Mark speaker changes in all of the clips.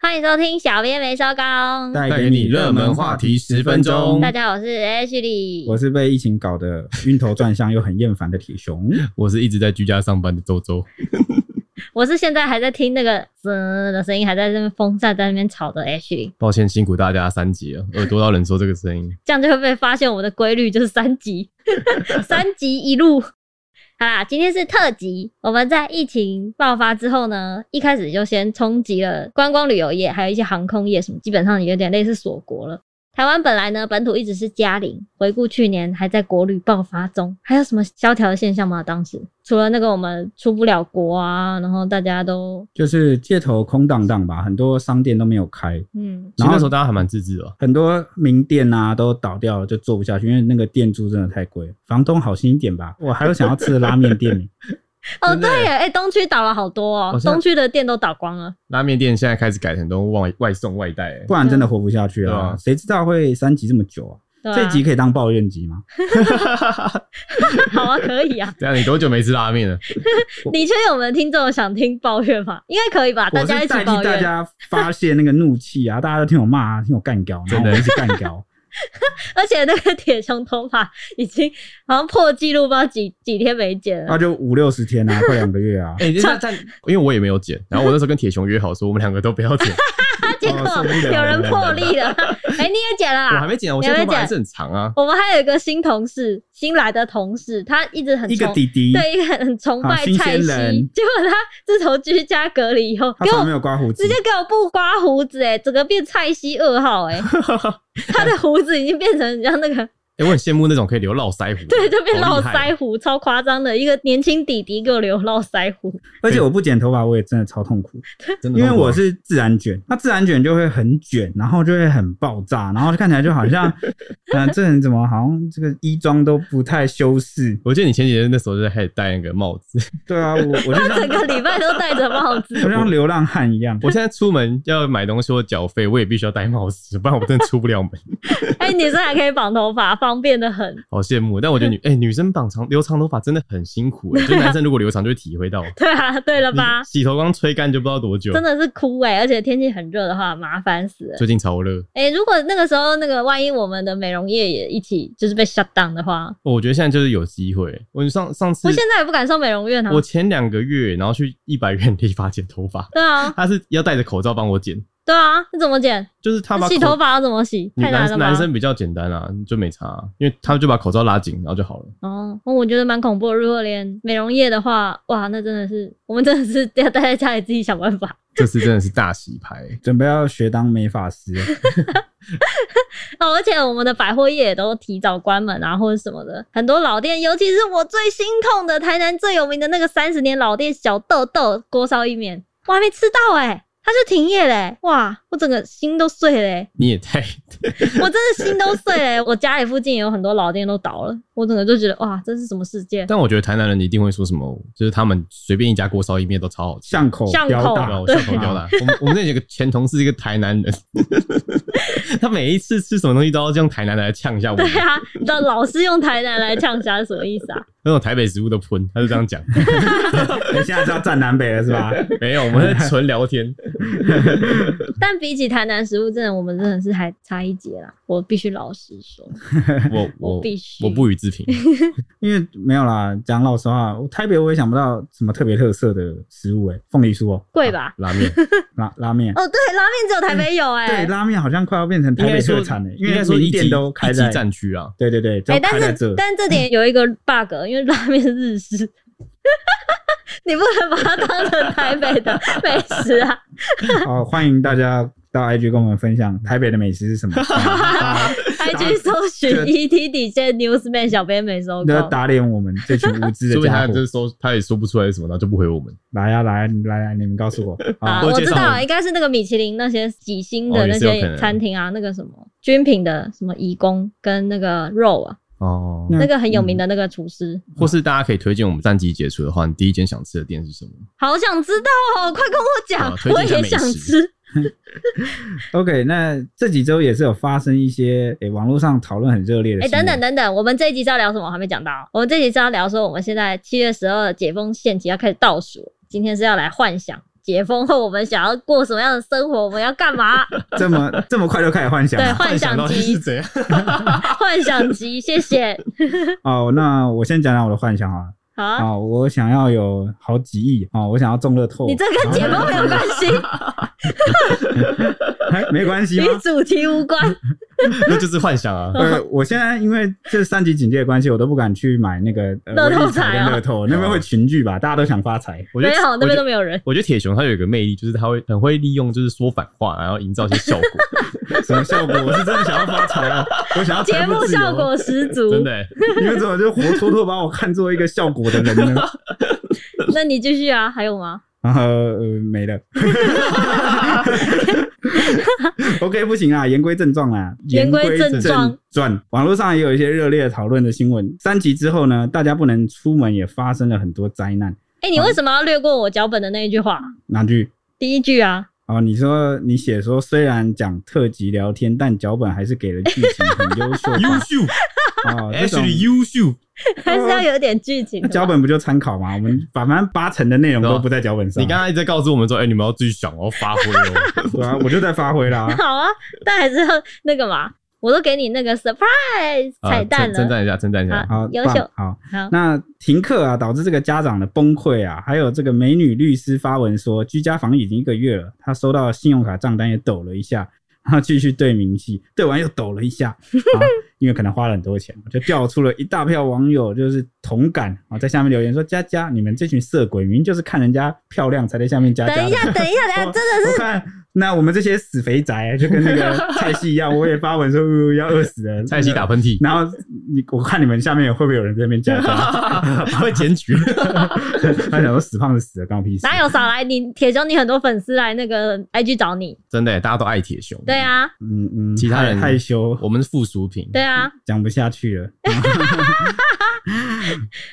Speaker 1: 欢迎收听《小编没收工》，
Speaker 2: 带
Speaker 3: 带
Speaker 2: 给
Speaker 3: 给
Speaker 2: 你
Speaker 3: 你
Speaker 2: 热
Speaker 3: 热
Speaker 2: 门
Speaker 3: 门
Speaker 2: 话
Speaker 3: 话
Speaker 2: 题
Speaker 3: 题
Speaker 2: 十
Speaker 3: 10
Speaker 2: 分
Speaker 3: 分
Speaker 2: 钟
Speaker 3: 钟。
Speaker 1: 大家好，我是 Ashley，
Speaker 2: 我是被疫情搞得晕头转向又很厌烦的铁熊。
Speaker 3: 我是一直在居家上班的周周，
Speaker 1: 我是现在还在听那个滋的声音，还在那边风扇在那边吵的 Ashley，
Speaker 3: 抱歉辛苦大家三集了，耳朵要忍受这个声音。
Speaker 1: 这样就会被发现我们的规律就是三级，三级一路。好啦，今天是特辑。我们在疫情爆发之后呢，一开始就先冲击了观光旅游业，还有一些航空业什么，基本上有点类似锁国了。台湾本来呢本土一直是嘉零，回顾去年还在国旅爆发中，还有什么萧条的现象吗？当时除了那个我们出不了国啊，然后大家都
Speaker 2: 就是街头空荡荡吧，很多商店都没有开，
Speaker 1: 嗯
Speaker 3: 其实那时
Speaker 2: 然后
Speaker 3: 候大家还蛮自制的哦，
Speaker 2: 很多名店啊都倒掉了，就做不下去，因为那个店租真的太贵。房东好心一点吧，我还有想要吃的拉面店呢。
Speaker 1: 哦，
Speaker 3: 真的
Speaker 1: 对耶，哎、东区倒了好多哦
Speaker 3: 好，像
Speaker 1: 东区的店都倒光了。
Speaker 3: 拉面店现在开始改成都外外送外带、欸
Speaker 2: 不，然真的活不下去
Speaker 3: 对
Speaker 2: 啊！
Speaker 3: 啊
Speaker 2: 谁知道会三集这么久啊？
Speaker 1: 对啊
Speaker 2: 这集可以当抱怨集吗？
Speaker 1: 好啊，可以啊。
Speaker 3: 这样你多久没吃拉 面了？
Speaker 1: 你确定我们听众想听抱怨吗？ 应该可以吧，
Speaker 2: 我
Speaker 1: 啊大
Speaker 2: 是
Speaker 1: 家一
Speaker 2: 代
Speaker 1: 起
Speaker 2: 替
Speaker 1: 抱
Speaker 2: 大
Speaker 1: 怨。
Speaker 2: 家发泄那个怒气啊！大 家都听我骂、啊，听我干掉，然
Speaker 3: 真
Speaker 2: 后
Speaker 3: 的
Speaker 2: 我一直干掉。
Speaker 1: 而且那个铁熊头发已经好像破纪录，不知道几几天没剪了。
Speaker 2: 那就五六十天啊，快两个月啊！
Speaker 3: 哎、欸，那但因为我也没有剪，然后我那时候跟铁熊约好说我们两个都不要 剪，
Speaker 1: 啊，结果
Speaker 2: 受不了
Speaker 1: 有人破例 了。哎、你也剪了
Speaker 3: 我还
Speaker 1: 啊？
Speaker 3: 没剪，我现在头发还是很长啊。
Speaker 1: 我们还有一个新同事，新来的同事，他一 直很
Speaker 2: 一个
Speaker 1: 崇
Speaker 2: 弟弟，
Speaker 1: 对一个很崇
Speaker 2: 啊
Speaker 1: 拜
Speaker 2: 新
Speaker 1: 蔡
Speaker 2: 鲜
Speaker 1: 西，
Speaker 2: 人
Speaker 1: 结果他自从居家隔离以后，
Speaker 2: 他
Speaker 1: 给我
Speaker 2: 从来没有刮胡子
Speaker 1: 直接，给我不刮胡子哎、整个变蔡西二号 哎、他的胡子已经变成像那个，
Speaker 3: 哎、我很羡慕那种可以留络腮胡 的，
Speaker 1: 对，就变
Speaker 3: 好
Speaker 1: 络
Speaker 3: 厉害啊
Speaker 1: 腮胡，超夸张的一个年轻弟弟给我留络腮 胡，
Speaker 2: 而且我不剪头发，我也真的超痛苦，
Speaker 3: 真的
Speaker 2: 因为
Speaker 3: 痛苦啊
Speaker 2: 我是自然卷，那自然卷就会很卷，然后就会很爆炸，然后就看起来就 好像，嗯、这人怎么好像这个衣装都不太修饰？
Speaker 3: 我记得你前几天那时候就在开始戴那个帽 子，
Speaker 2: 对啊，我 我就像
Speaker 1: 整个礼拜都戴着帽子。
Speaker 2: 我像流浪汉一样，
Speaker 3: 我现在出门要买东西或缴费，我也必须要戴帽子，不然我真的出不了门。
Speaker 1: 哎、女生还可以绑头发，方便的很。
Speaker 3: 好羡慕，但 我觉得女哎、女生绑长留长头发真的很辛苦、欸，就男生如果留长就会体 会到，
Speaker 1: 对啊，对了吧
Speaker 3: 你？洗头刚吹干就不知道多久
Speaker 1: 真。的是哭哎、而且天气很热的话，麻烦死了。
Speaker 3: 最近超热、
Speaker 1: 哎、如果那个时候那个万一我们的美容业也一起就是被 shut down 的话，
Speaker 3: 哦我觉得现在就是有机会、我上上次
Speaker 1: 我现在也不敢上美容院啊
Speaker 3: 我。前两个月，然后去一百元理发剪头发，
Speaker 1: 对啊，
Speaker 3: 他是要戴着口罩帮我剪，
Speaker 1: 对啊，你怎么剪？
Speaker 3: 就是他把
Speaker 1: 洗头
Speaker 3: 口。
Speaker 1: 发要怎么洗？
Speaker 3: 女
Speaker 1: 太难了
Speaker 3: 男
Speaker 1: 吧？
Speaker 3: 男生比较简单啊，就没差啊、因为他们就把口罩拉紧，然后就好了。
Speaker 1: 哦，我觉得蛮恐怖的。如果连美容业的话，哇，那真的是我们真的是要待在家里自己想办法。
Speaker 3: 这次真的是大洗牌，
Speaker 2: 准备要学当美发师了，
Speaker 1: 哦，而且我们的百货业也都提早关门啊，或者什么的，很多老店，尤其是我最心痛的台南最有名的那个三十年老店小豆豆锅烧意面，我还没吃到哎、它就停业嘞、哇，我整个心都碎嘞、
Speaker 3: 你也太
Speaker 1: 我真的心都碎嘞、我家里附近也有很多老店都倒了，我整个就觉得哇，这是什么世界？
Speaker 3: 但我觉得台南人一定会说什么，就是他们随便一家锅烧意面都超好吃。
Speaker 2: 巷口
Speaker 1: 巷口
Speaker 2: 吊
Speaker 3: 对
Speaker 2: 打
Speaker 3: 吧？我
Speaker 1: 啊对
Speaker 3: 笑口掉 了。我们 我们那几个前同事是一个台南人， 他每一次吃什么东西都要用台南来呛一下我们
Speaker 1: 对，啊，你知道老是用台南来呛虾是什么意思啊？
Speaker 3: 那种台北食物都喷，他就这样讲。
Speaker 2: 你哎现在知道站南北了是吧？
Speaker 3: 没有，我们是纯聊天。
Speaker 1: 但比起台南食物，真的我们真的是还差一截啦。我必须老实说，
Speaker 3: 我
Speaker 1: 我
Speaker 3: 我
Speaker 1: 必须
Speaker 3: 我不予置评。
Speaker 2: 因为没有啦，讲老实话，我台北我也想不到什么特别特色的食物、欸，凤梨酥哦、
Speaker 1: 贵吧？
Speaker 3: 拉面
Speaker 2: 拉拉面。
Speaker 1: 哦，对，拉面只有台北有哎、
Speaker 2: 嗯对，拉面好像快要变成
Speaker 3: 应
Speaker 2: 台
Speaker 3: 该
Speaker 2: 北
Speaker 3: 说
Speaker 2: 特产了，欸因
Speaker 3: 应
Speaker 2: 为
Speaker 3: 该说
Speaker 2: 名
Speaker 3: 一
Speaker 2: 店
Speaker 3: 级
Speaker 2: 都开
Speaker 3: 一级
Speaker 2: 在
Speaker 3: 战区啊。
Speaker 2: 对对对，
Speaker 1: 哎、
Speaker 2: 都
Speaker 1: 但
Speaker 2: 开在
Speaker 1: 是
Speaker 2: 这。
Speaker 1: 但这点有一个 bug，因为拉面是日式，你不能把它当成台北的美 食啊。
Speaker 2: 好，哦欢迎大家到 IG 跟我们分享台北的美食是什么，啊
Speaker 1: IG 搜寻 ET 底线 Newsman 小编没收
Speaker 2: 都要
Speaker 1: 购，
Speaker 2: 打脸我们这群无知
Speaker 3: 说
Speaker 2: 的
Speaker 3: 明
Speaker 2: 家
Speaker 3: 他
Speaker 2: 伙
Speaker 3: 就。 是说，他也说不出来是什么，然后就不回我们。
Speaker 2: 来呀、来、啊、你来、啊、你们告诉我
Speaker 1: 啊，
Speaker 2: 啊
Speaker 3: 多！
Speaker 1: 我
Speaker 3: 介
Speaker 1: 知
Speaker 3: 绍我
Speaker 1: 道，
Speaker 3: 们
Speaker 1: 应该是那个米其林那些几星的
Speaker 3: 哦也
Speaker 1: 那
Speaker 3: 是有可
Speaker 1: 些
Speaker 3: 能
Speaker 1: 餐厅啊，那个什么军品的什么义工跟那个肉啊，
Speaker 3: 哦
Speaker 2: 嗯
Speaker 1: 那个很有名的那个厨师，
Speaker 3: 或是大家可以推荐我们战绩结束的话，你第一间想吃的店是什么？
Speaker 1: 好想知道哦，快跟我讲
Speaker 3: 啊，推
Speaker 1: 我
Speaker 3: 荐一下
Speaker 1: 也
Speaker 3: 美食
Speaker 1: 想吃。
Speaker 2: OK，那这几周也是有发生一些诶、网络上讨论很热烈的。
Speaker 1: 哎、等等，等等，我们这一集是要聊什么？我还没讲到。我们这一集是要聊说，我们现在七月十二解封限期要开始倒数，今天是要来幻想解封后我们想要过什么样的生活，我们要干 嘛？
Speaker 2: 这么这么快就开始幻想啊
Speaker 1: 对，
Speaker 2: 了
Speaker 1: 幻
Speaker 3: 想
Speaker 1: 想
Speaker 3: 到底是
Speaker 1: 集，
Speaker 3: 怎样？
Speaker 1: 幻想集，谢谢。
Speaker 2: 哦。那我先讲讲我的幻想好了。
Speaker 1: 好啊，
Speaker 2: 哦，我想要有好几亿哦，我想要中乐透。哦
Speaker 1: 你这跟解封没有关系，
Speaker 2: 哎没关系吗？
Speaker 1: 与主题无关。
Speaker 3: 那就是幻想 啊！
Speaker 2: 呃，我现在因为这三级警戒的关系，我都不敢去买那个呃
Speaker 1: 乐透
Speaker 2: 威力彩
Speaker 1: 彩
Speaker 2: 哦跟
Speaker 1: 哦
Speaker 2: 乐透，那边会群聚吧，大家都想发财。
Speaker 3: 我觉
Speaker 1: 没
Speaker 3: 得
Speaker 1: 有，那边都没
Speaker 3: 没。
Speaker 1: 有人。
Speaker 3: 我觉得铁熊他有一个魅力，就是他会很会利用，就是说反话，然后营造一些 效果，
Speaker 2: 什么效果？我是真的想要发财啊！ 我想要
Speaker 1: 节
Speaker 2: 财富
Speaker 1: 目
Speaker 2: 自由
Speaker 1: 效。果十足
Speaker 3: 真，的、 欸。
Speaker 2: 你们怎么就活脱脱把我看作一个效果的人呢？
Speaker 1: 那你继续啊，还有吗？
Speaker 2: 然后呃没了。OK，不行啊，言归正传啦。
Speaker 1: 言归正传
Speaker 2: 正传，网络上也有一些热烈讨论的新闻。三级之后呢，大家不能出门，也发生了很多灾难。
Speaker 1: 哎、你为什么要略过我脚本的那一句话？
Speaker 2: 哪句？
Speaker 1: 第一句啊，
Speaker 2: 哦，你说你写说，虽然讲特级聊天，但脚本还是给了剧情很优 秀
Speaker 3: 优
Speaker 2: 吧。
Speaker 3: 秀
Speaker 2: 哦，
Speaker 1: 啊
Speaker 2: 这种
Speaker 3: ，actually 优秀，
Speaker 1: 还是要有点剧情的
Speaker 2: 那
Speaker 1: 吧。
Speaker 2: 脚本不就参考吗？我们把反正八成的内容都不在脚本上。
Speaker 3: 你刚刚一直在告诉我们说，哎、你们要自己想，我要发挥哦。
Speaker 2: 对啊，我就在发挥啦。
Speaker 1: 好啊，但还是要那个嘛，我都给你那个 surprise
Speaker 3: 啊
Speaker 1: 彩蛋
Speaker 3: 称称
Speaker 1: 了。
Speaker 3: 赞一下，称赞一下
Speaker 1: 啊。
Speaker 2: 好，
Speaker 1: 优
Speaker 2: 棒
Speaker 1: 秀
Speaker 2: 好。
Speaker 1: 好，
Speaker 2: 那停课啊，导致这个家长的崩溃啊，还有这个美女律师发文说，居家防疫已经一个月了，她收到信用卡账单也抖了一下，然后继续对明细， 对完又抖了一下，啊，因为可能花了很多钱，就调出了一大票网友就是同感啊，在下面留言说，佳佳，你们这群色鬼，明明就是看人家漂亮才在下面加加的。
Speaker 1: 等一下，等一下， 等一下，真的
Speaker 2: 我看那我们这些死肥宅，就跟那个蔡西一样，我也发文说、呃、要饿死了。
Speaker 3: 蔡西打 喷嚏，
Speaker 2: 然后你我看你们下面会不会有人在那边加加？
Speaker 3: 会检举。
Speaker 2: 他想说死胖子死了，关我屁事。
Speaker 1: 哪有少来？你铁兄，你很多粉丝来那个 IG 找你。
Speaker 3: 真的、欸，大家都爱铁熊。
Speaker 1: 对，啊，
Speaker 2: 嗯嗯，
Speaker 3: 其他人
Speaker 2: 害害羞，
Speaker 3: 我们是附属品。
Speaker 1: 对啊，
Speaker 2: 讲不下去了。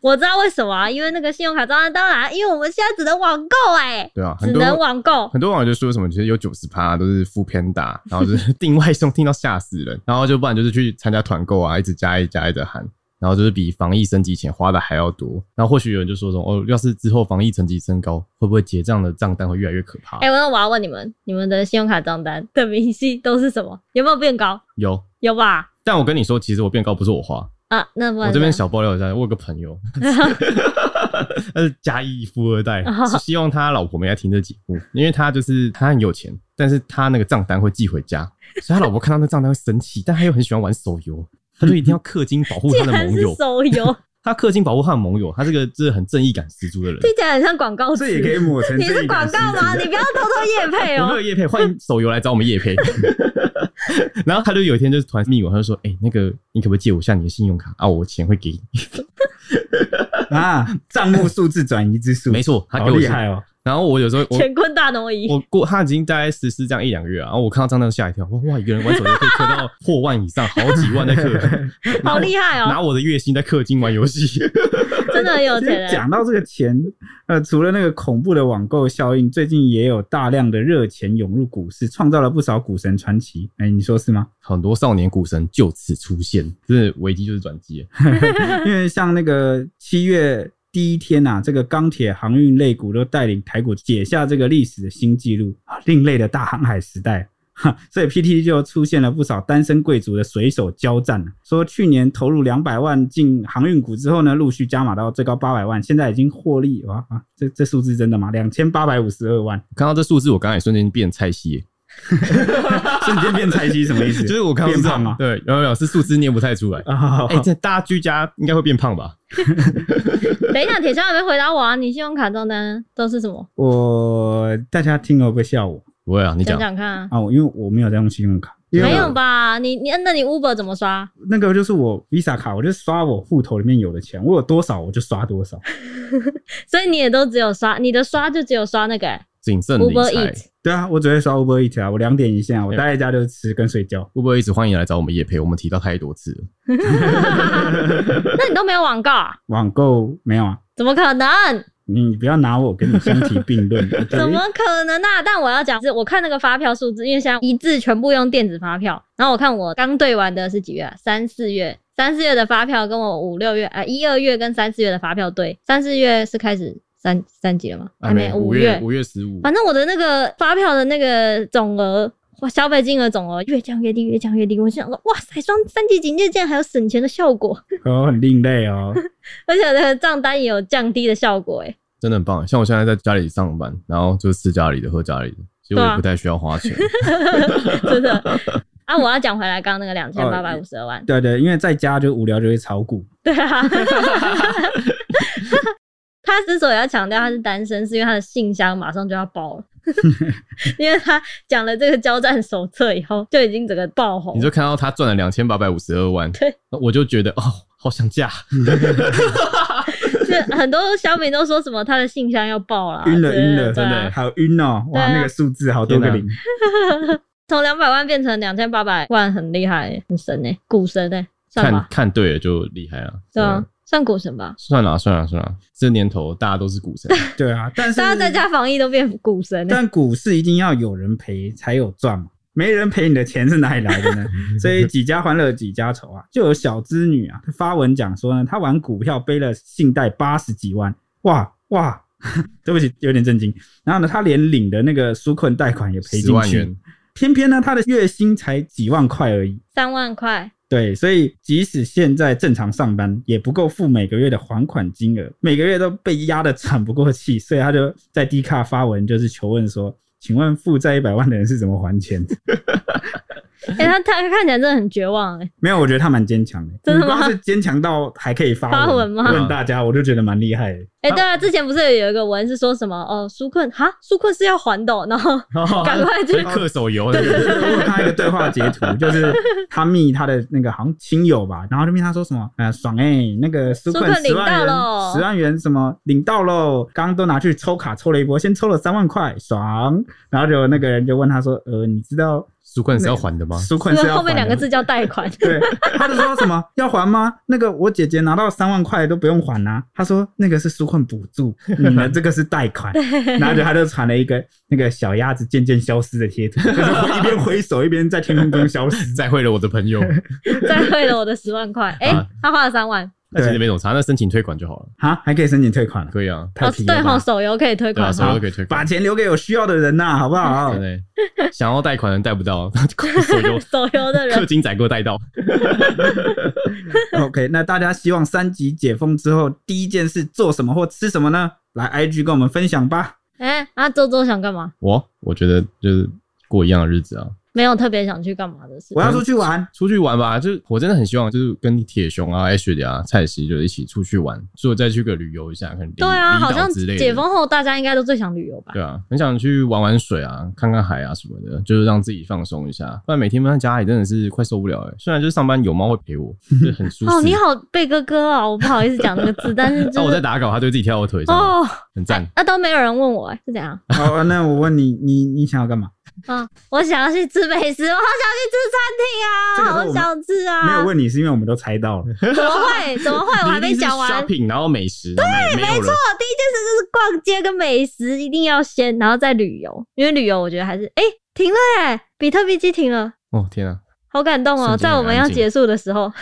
Speaker 1: 我知道为什么啊，因为那个信用卡账单，当然，因为我们现在只能网购、哎，
Speaker 3: 对啊，
Speaker 1: 只
Speaker 3: 很
Speaker 1: 能
Speaker 3: 多
Speaker 1: 网购。
Speaker 3: 很多网友就说什么，其实有九十趴都是副 偏大，然后就是定外送听到吓死人，然后就不然就是去参加团购啊，一直加一加一直喊。然后就是比防疫升级前花的还要多，然后或许有人就说什么哦，要是之后防疫层级升高，会不会结账的账单会越来越可怕？
Speaker 1: 哎、那我要问你们，你们的信用卡账单的明细都是什么？有没有变高？
Speaker 3: 有，
Speaker 1: 有吧？
Speaker 3: 但我跟你说，其实我变高不是我花，
Speaker 1: 啊，那不然
Speaker 3: 我这边
Speaker 1: 呢
Speaker 3: 小爆料一下，我有个 朋友， 他是嘉义富二代，
Speaker 1: 哦
Speaker 3: 是希望他老婆没来听这节目，因为他就是他很有钱，但是他那个账单会寄 回家，所以他老婆看到那账单会生气，但他又很喜欢玩手游，他就一定要氪金保护他
Speaker 1: 竟
Speaker 3: 的
Speaker 1: 然
Speaker 3: 盟
Speaker 1: 是
Speaker 3: 友，
Speaker 1: 手 游，
Speaker 3: 他氪金保护他的盟友，他这个就是很正义感十足的人。
Speaker 1: 听起来很像广告词。
Speaker 2: 这也可以抹成
Speaker 1: 你
Speaker 2: 这
Speaker 1: 是
Speaker 2: 一
Speaker 1: 广
Speaker 2: 版
Speaker 1: 告吗？
Speaker 2: 诗集
Speaker 1: 你不要偷偷夜配
Speaker 3: 我
Speaker 1: 哦、
Speaker 3: 没有叶配，欢迎手游来找我们叶 配。 然后他就有一天就是突然密我，他就说：“哎、那个你可不可以借我一下你的信用卡啊？我钱会给你。”
Speaker 2: 啊？账目数字转移之术，
Speaker 3: 没错，他
Speaker 2: 好
Speaker 3: 给我
Speaker 2: 厉
Speaker 3: 钱。
Speaker 2: 害哦。
Speaker 3: 然后我有时候我
Speaker 1: 乾坤大挪移，
Speaker 3: 我过他已经大概实施这样一两个月啊，然后我看到账单吓一跳，哇哇，一个人玩手游可以氪到破万以上，好几万在氪，
Speaker 1: 好厉害哦、
Speaker 3: 拿我的月薪在氪金玩游戏。
Speaker 1: 真的很有
Speaker 2: 其
Speaker 1: 钱啊
Speaker 2: 实
Speaker 1: 人。
Speaker 2: 讲到这个钱，呃，除了那个恐怖的网购效应，最近也有大量的热钱涌入股市，创造了不少股神传奇。哎、你说是吗？
Speaker 3: 很多少年股神就此出现，真的危机就是转机。
Speaker 2: 因为像那个七月第一天呐、啊，这个钢铁航运类股都带领台股解下这个历史的新纪录啊，另类的大航海时代。哈，所以 PT 就出现了不少单身贵族的水手交战说去年投入两百万进航运股之后呢，陆续加码到最高八百万，现在已经获利哇啊，这这数字真的吗？两千八百五十二万，
Speaker 3: 看到这数字，我刚才也瞬间变菜西，
Speaker 2: 瞬间变菜鸡什么意思？
Speaker 3: 就是我看到
Speaker 2: 变
Speaker 3: 是这样
Speaker 2: 胖啊
Speaker 3: 对，有有有是数字念不太出来。
Speaker 2: 啊！
Speaker 3: 哎、这大家居家应该会变胖吧？
Speaker 1: 等一下，铁锹还没回答我啊！你信用卡账单都是什么？
Speaker 2: 我大家听了会不会笑我
Speaker 3: 不会啊，你
Speaker 1: 讲
Speaker 3: 讲
Speaker 1: 讲看啊。
Speaker 2: 啊？我因为我没有在用信用卡，因为
Speaker 1: 没
Speaker 2: 我
Speaker 1: 有吧？你你那你 Uber 怎么刷？
Speaker 2: 那个就是我 Visa 卡，我就刷我户头里面有的钱，我有多少我就刷多少。
Speaker 1: 所以你也都只有刷，你的刷就只有刷那个、欸、
Speaker 3: 谨慎理
Speaker 1: Uber
Speaker 3: 财。
Speaker 1: Eat。
Speaker 2: 对啊，我只会刷 Uber Eat 啊，我两点一线啊，我待在家就是吃跟睡觉。
Speaker 3: Uber 一直欢迎来找我们叶培，我们提到太多次了。
Speaker 1: 那你都没有网告啊？
Speaker 2: 网购没有啊？
Speaker 1: 怎么可能？
Speaker 2: 你不要拿我跟你相提 并论。
Speaker 1: 怎么可能啊？但我要讲是，我看那个发票数字，因为现在一致全部用电子发票。然后我看我刚对完的是几月、啊？三四月，啊三四月的发票跟我五六月，呃，一二月跟三四月的发票对，三四月是开始三三级了吗？
Speaker 3: 还哎没
Speaker 1: 啊五
Speaker 3: 啊五月五月十五，
Speaker 1: 反正我的那个发票的那个总额，我消费金额总额越降越低，越降越低。我就想说，哇塞，双三级警戒竟然还有省钱的效果，
Speaker 2: 哦，很另类哦。
Speaker 1: 而且我的账单也有降低的效果，哎，
Speaker 3: 真的很棒。像我现在在家里上班，然后就是吃家里的，喝家里的，其实我
Speaker 1: 对啊
Speaker 3: 也不太需要 花钱。
Speaker 1: 真的。啊，我要讲回来，刚刚那个两千八百五十二万，
Speaker 2: 对对，因为在家就无聊就会炒股，
Speaker 1: 对啊。他之所以要强调他是单身，是因为他的信箱马上就要爆 了，因为他讲了这个交战手册以后，就已经整个爆红
Speaker 3: 你。就看到他赚了两千八百五十二万，
Speaker 1: 对
Speaker 3: 那我就觉得哦，好 想嫁。
Speaker 1: 是很多小民都说什么他的信箱要爆啦，
Speaker 2: 晕了晕了，
Speaker 1: 对啊
Speaker 2: 好晕哦！
Speaker 1: 对啊
Speaker 2: 哇，那个数字好多个零，
Speaker 1: 从两百万变成两千八百万，很厉害欸，很神哎、股神哎、算
Speaker 3: 看
Speaker 1: 吧，
Speaker 3: 看对了就厉害了，
Speaker 1: 对啊，算股神吧。
Speaker 3: 算了啊算了算了，这年头大家都是股神，
Speaker 2: 对啊。但是
Speaker 1: 大家在家防疫都变股神欸
Speaker 2: 但股市一定要有人赔才有赚嘛，没人赔你的钱是哪里来的呢？ 所以几家欢乐几家愁啊，就有小资女啊她发文讲说呢，她玩股票背了信贷八十几万，哇哇， 对不起，有点震惊。然后呢，她连领的那个纾困贷款也赔
Speaker 3: 十
Speaker 2: 进
Speaker 3: 万
Speaker 2: 去
Speaker 3: 元，，
Speaker 2: 偏偏呢，她的月薪才几万块而已。
Speaker 1: 三万块，
Speaker 2: 对，所以即使现在正常上班，也不够付每个月的还款金额，每个月都被压得喘不过气，所以他就在 D 卡发文，就是求问说：“请问负债一百万的人是怎么还钱的
Speaker 1: 哎、他他他看起来真的很绝望哎、？”
Speaker 2: 没有，我觉得他蛮坚强的，
Speaker 1: 真的
Speaker 2: 你
Speaker 1: 吗
Speaker 2: 光是坚强到还可以发
Speaker 1: 发文吗
Speaker 2: 问大家，我就觉得蛮厉害的。
Speaker 1: 哎、对啊，之前不是有一个文是说什么哦，纾困哈，纾困是要还的哦、然后 赶快去
Speaker 3: 所以恪守游
Speaker 2: 我
Speaker 3: 的，
Speaker 2: 有看到一个对话截图，就是他密他的那个好像亲友吧，然后就密他说什么，呃，爽哎、那个纾
Speaker 1: 纾
Speaker 2: 困
Speaker 1: 困
Speaker 2: 十
Speaker 1: 领
Speaker 2: 万
Speaker 1: 到
Speaker 2: 元
Speaker 1: 咯，
Speaker 2: 十万元什么领到喽，刚刚都拿去抽卡抽了一波，先抽了三万块，爽。然后就那个人就问他说，呃，你知道
Speaker 3: 纾困是要还的吗？
Speaker 2: 纾困
Speaker 1: 因
Speaker 2: 是
Speaker 1: 为
Speaker 2: 要
Speaker 1: 后面
Speaker 2: 还
Speaker 1: 两
Speaker 2: 的
Speaker 1: 个字叫贷 款，
Speaker 2: 对，他就说什么要还吗？那个我姐姐拿到三万块都不用还呐、他说那个是纾困补助，你的这个是贷款。然后就他就传了一个那个小鸭子渐渐消失的贴图，就是一边挥手一边在天空中消失。
Speaker 3: 再会了我的朋友，
Speaker 1: 再汇了我的十万块，哎、
Speaker 3: 啊
Speaker 1: 他花了三万，
Speaker 3: 那其实没什么差，那申请退款就好了，
Speaker 2: 啊，还可以申请退款了，
Speaker 3: 可以啊，
Speaker 2: 太
Speaker 1: 哦
Speaker 2: 皮
Speaker 1: 对
Speaker 2: 了吧
Speaker 1: 吼，手游可以推
Speaker 3: 对啊，
Speaker 1: 广
Speaker 3: 所
Speaker 1: 嘛，
Speaker 3: 以都可以退
Speaker 2: 把
Speaker 3: 款。
Speaker 2: 钱留给有需要的人呐、好不好
Speaker 3: 真？的，想要贷款的人贷不 到， 手游
Speaker 1: 哦手游的人
Speaker 3: 氪金仔给我贷到，
Speaker 2: OK，那大家希望三级解封之后第一件事做什么或吃什么呢？来 IG 跟我们分享吧。
Speaker 1: 哎、啊，周周想干嘛？
Speaker 3: 我哦我觉得就是过一样的日子啊，
Speaker 1: 没有特别想去干嘛的事
Speaker 2: 我。要出去玩，
Speaker 3: 出去玩吧，就是我真的很希望，就是跟铁熊啊、H 姐啊、蔡徐就一起出去玩，所以我再去个旅游一下，可能离
Speaker 1: 对啊，
Speaker 3: 离岛
Speaker 1: 好像
Speaker 3: 之类的
Speaker 1: 解封后大家应该都最想旅游吧？
Speaker 3: 对啊，很想去玩玩水啊，看看海啊什么的，就是让自己放松一下。不然每天闷在家里真的是快受不了哎、虽然就是上班有猫会陪我，就是很舒适。
Speaker 1: 哦，你好，贝哥哥哦，我不好意思讲这个 字，但是
Speaker 3: 那、
Speaker 1: 就
Speaker 2: 哦
Speaker 3: 我在
Speaker 1: 是
Speaker 3: 打稿，他对自己跳到我腿上，
Speaker 1: 哦，
Speaker 3: 很赞。
Speaker 1: 那都没有人问我哎是怎样？
Speaker 2: 好、那我问你，你你想要干嘛？
Speaker 1: 嗯，我想要去吃美食，我好
Speaker 2: 这
Speaker 1: 想去吃
Speaker 2: 个
Speaker 1: 餐厅啊，
Speaker 2: 都我
Speaker 1: 好
Speaker 2: 们
Speaker 1: 想吃啊！
Speaker 2: 没有问你是因为我们都猜到了，
Speaker 1: 怎么 会？怎么会？我还
Speaker 3: 你一
Speaker 1: 没
Speaker 3: 定是
Speaker 1: 讲完。我
Speaker 3: shopping，然后美食，对，没有了。
Speaker 1: 第一件事就是逛街跟美食一定要先，然后再旅游，因为旅游我觉得还是哎、停了哎、比特币机停了，
Speaker 3: 哦天啊，
Speaker 1: 好感动哦，
Speaker 3: 瞬
Speaker 1: 在
Speaker 3: 间很
Speaker 1: 我们要
Speaker 3: 安静
Speaker 1: 结束的时候。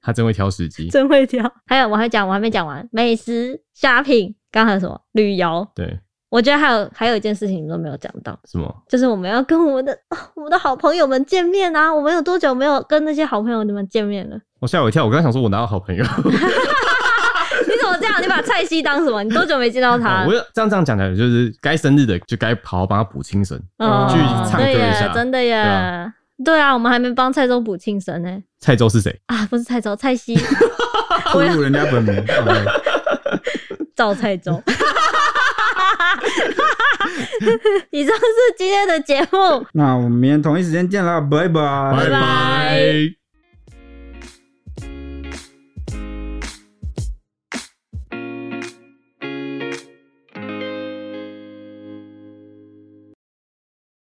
Speaker 3: 他真会挑 时机。
Speaker 1: 真会挑。还有我还讲，我还没讲完，美食、shopping，刚还有什么旅游？
Speaker 3: 对，
Speaker 1: 我觉得还有还有一件事情你们都没有讲到，
Speaker 3: 什么？
Speaker 1: 就是我们要跟我们的、 啊我们的好朋友们见面啊！我们有多久没有跟那些好朋友们见面 了？
Speaker 3: 我吓我一跳，我刚想说我哪有好朋友。
Speaker 1: 你怎么这样？你把蔡西当什么？你多久没见到他
Speaker 3: 哦我？要这样这样讲起来，就是该生日的就该好好帮他补精神。
Speaker 1: 哦
Speaker 3: 去唱歌
Speaker 1: 对
Speaker 3: 一
Speaker 1: 耶
Speaker 3: 下，
Speaker 1: 真的耶
Speaker 3: 对啊。
Speaker 1: 对啊，我们还没帮蔡州补庆生呢。
Speaker 3: 蔡州是 谁？
Speaker 1: 啊，不是蔡州，蔡西
Speaker 2: 侮辱人家本名。哦
Speaker 1: 赵蔡州。 以上是今天的节目，
Speaker 2: 那我们明天同一时间见啦，拜拜，
Speaker 1: 拜拜
Speaker 3: 拜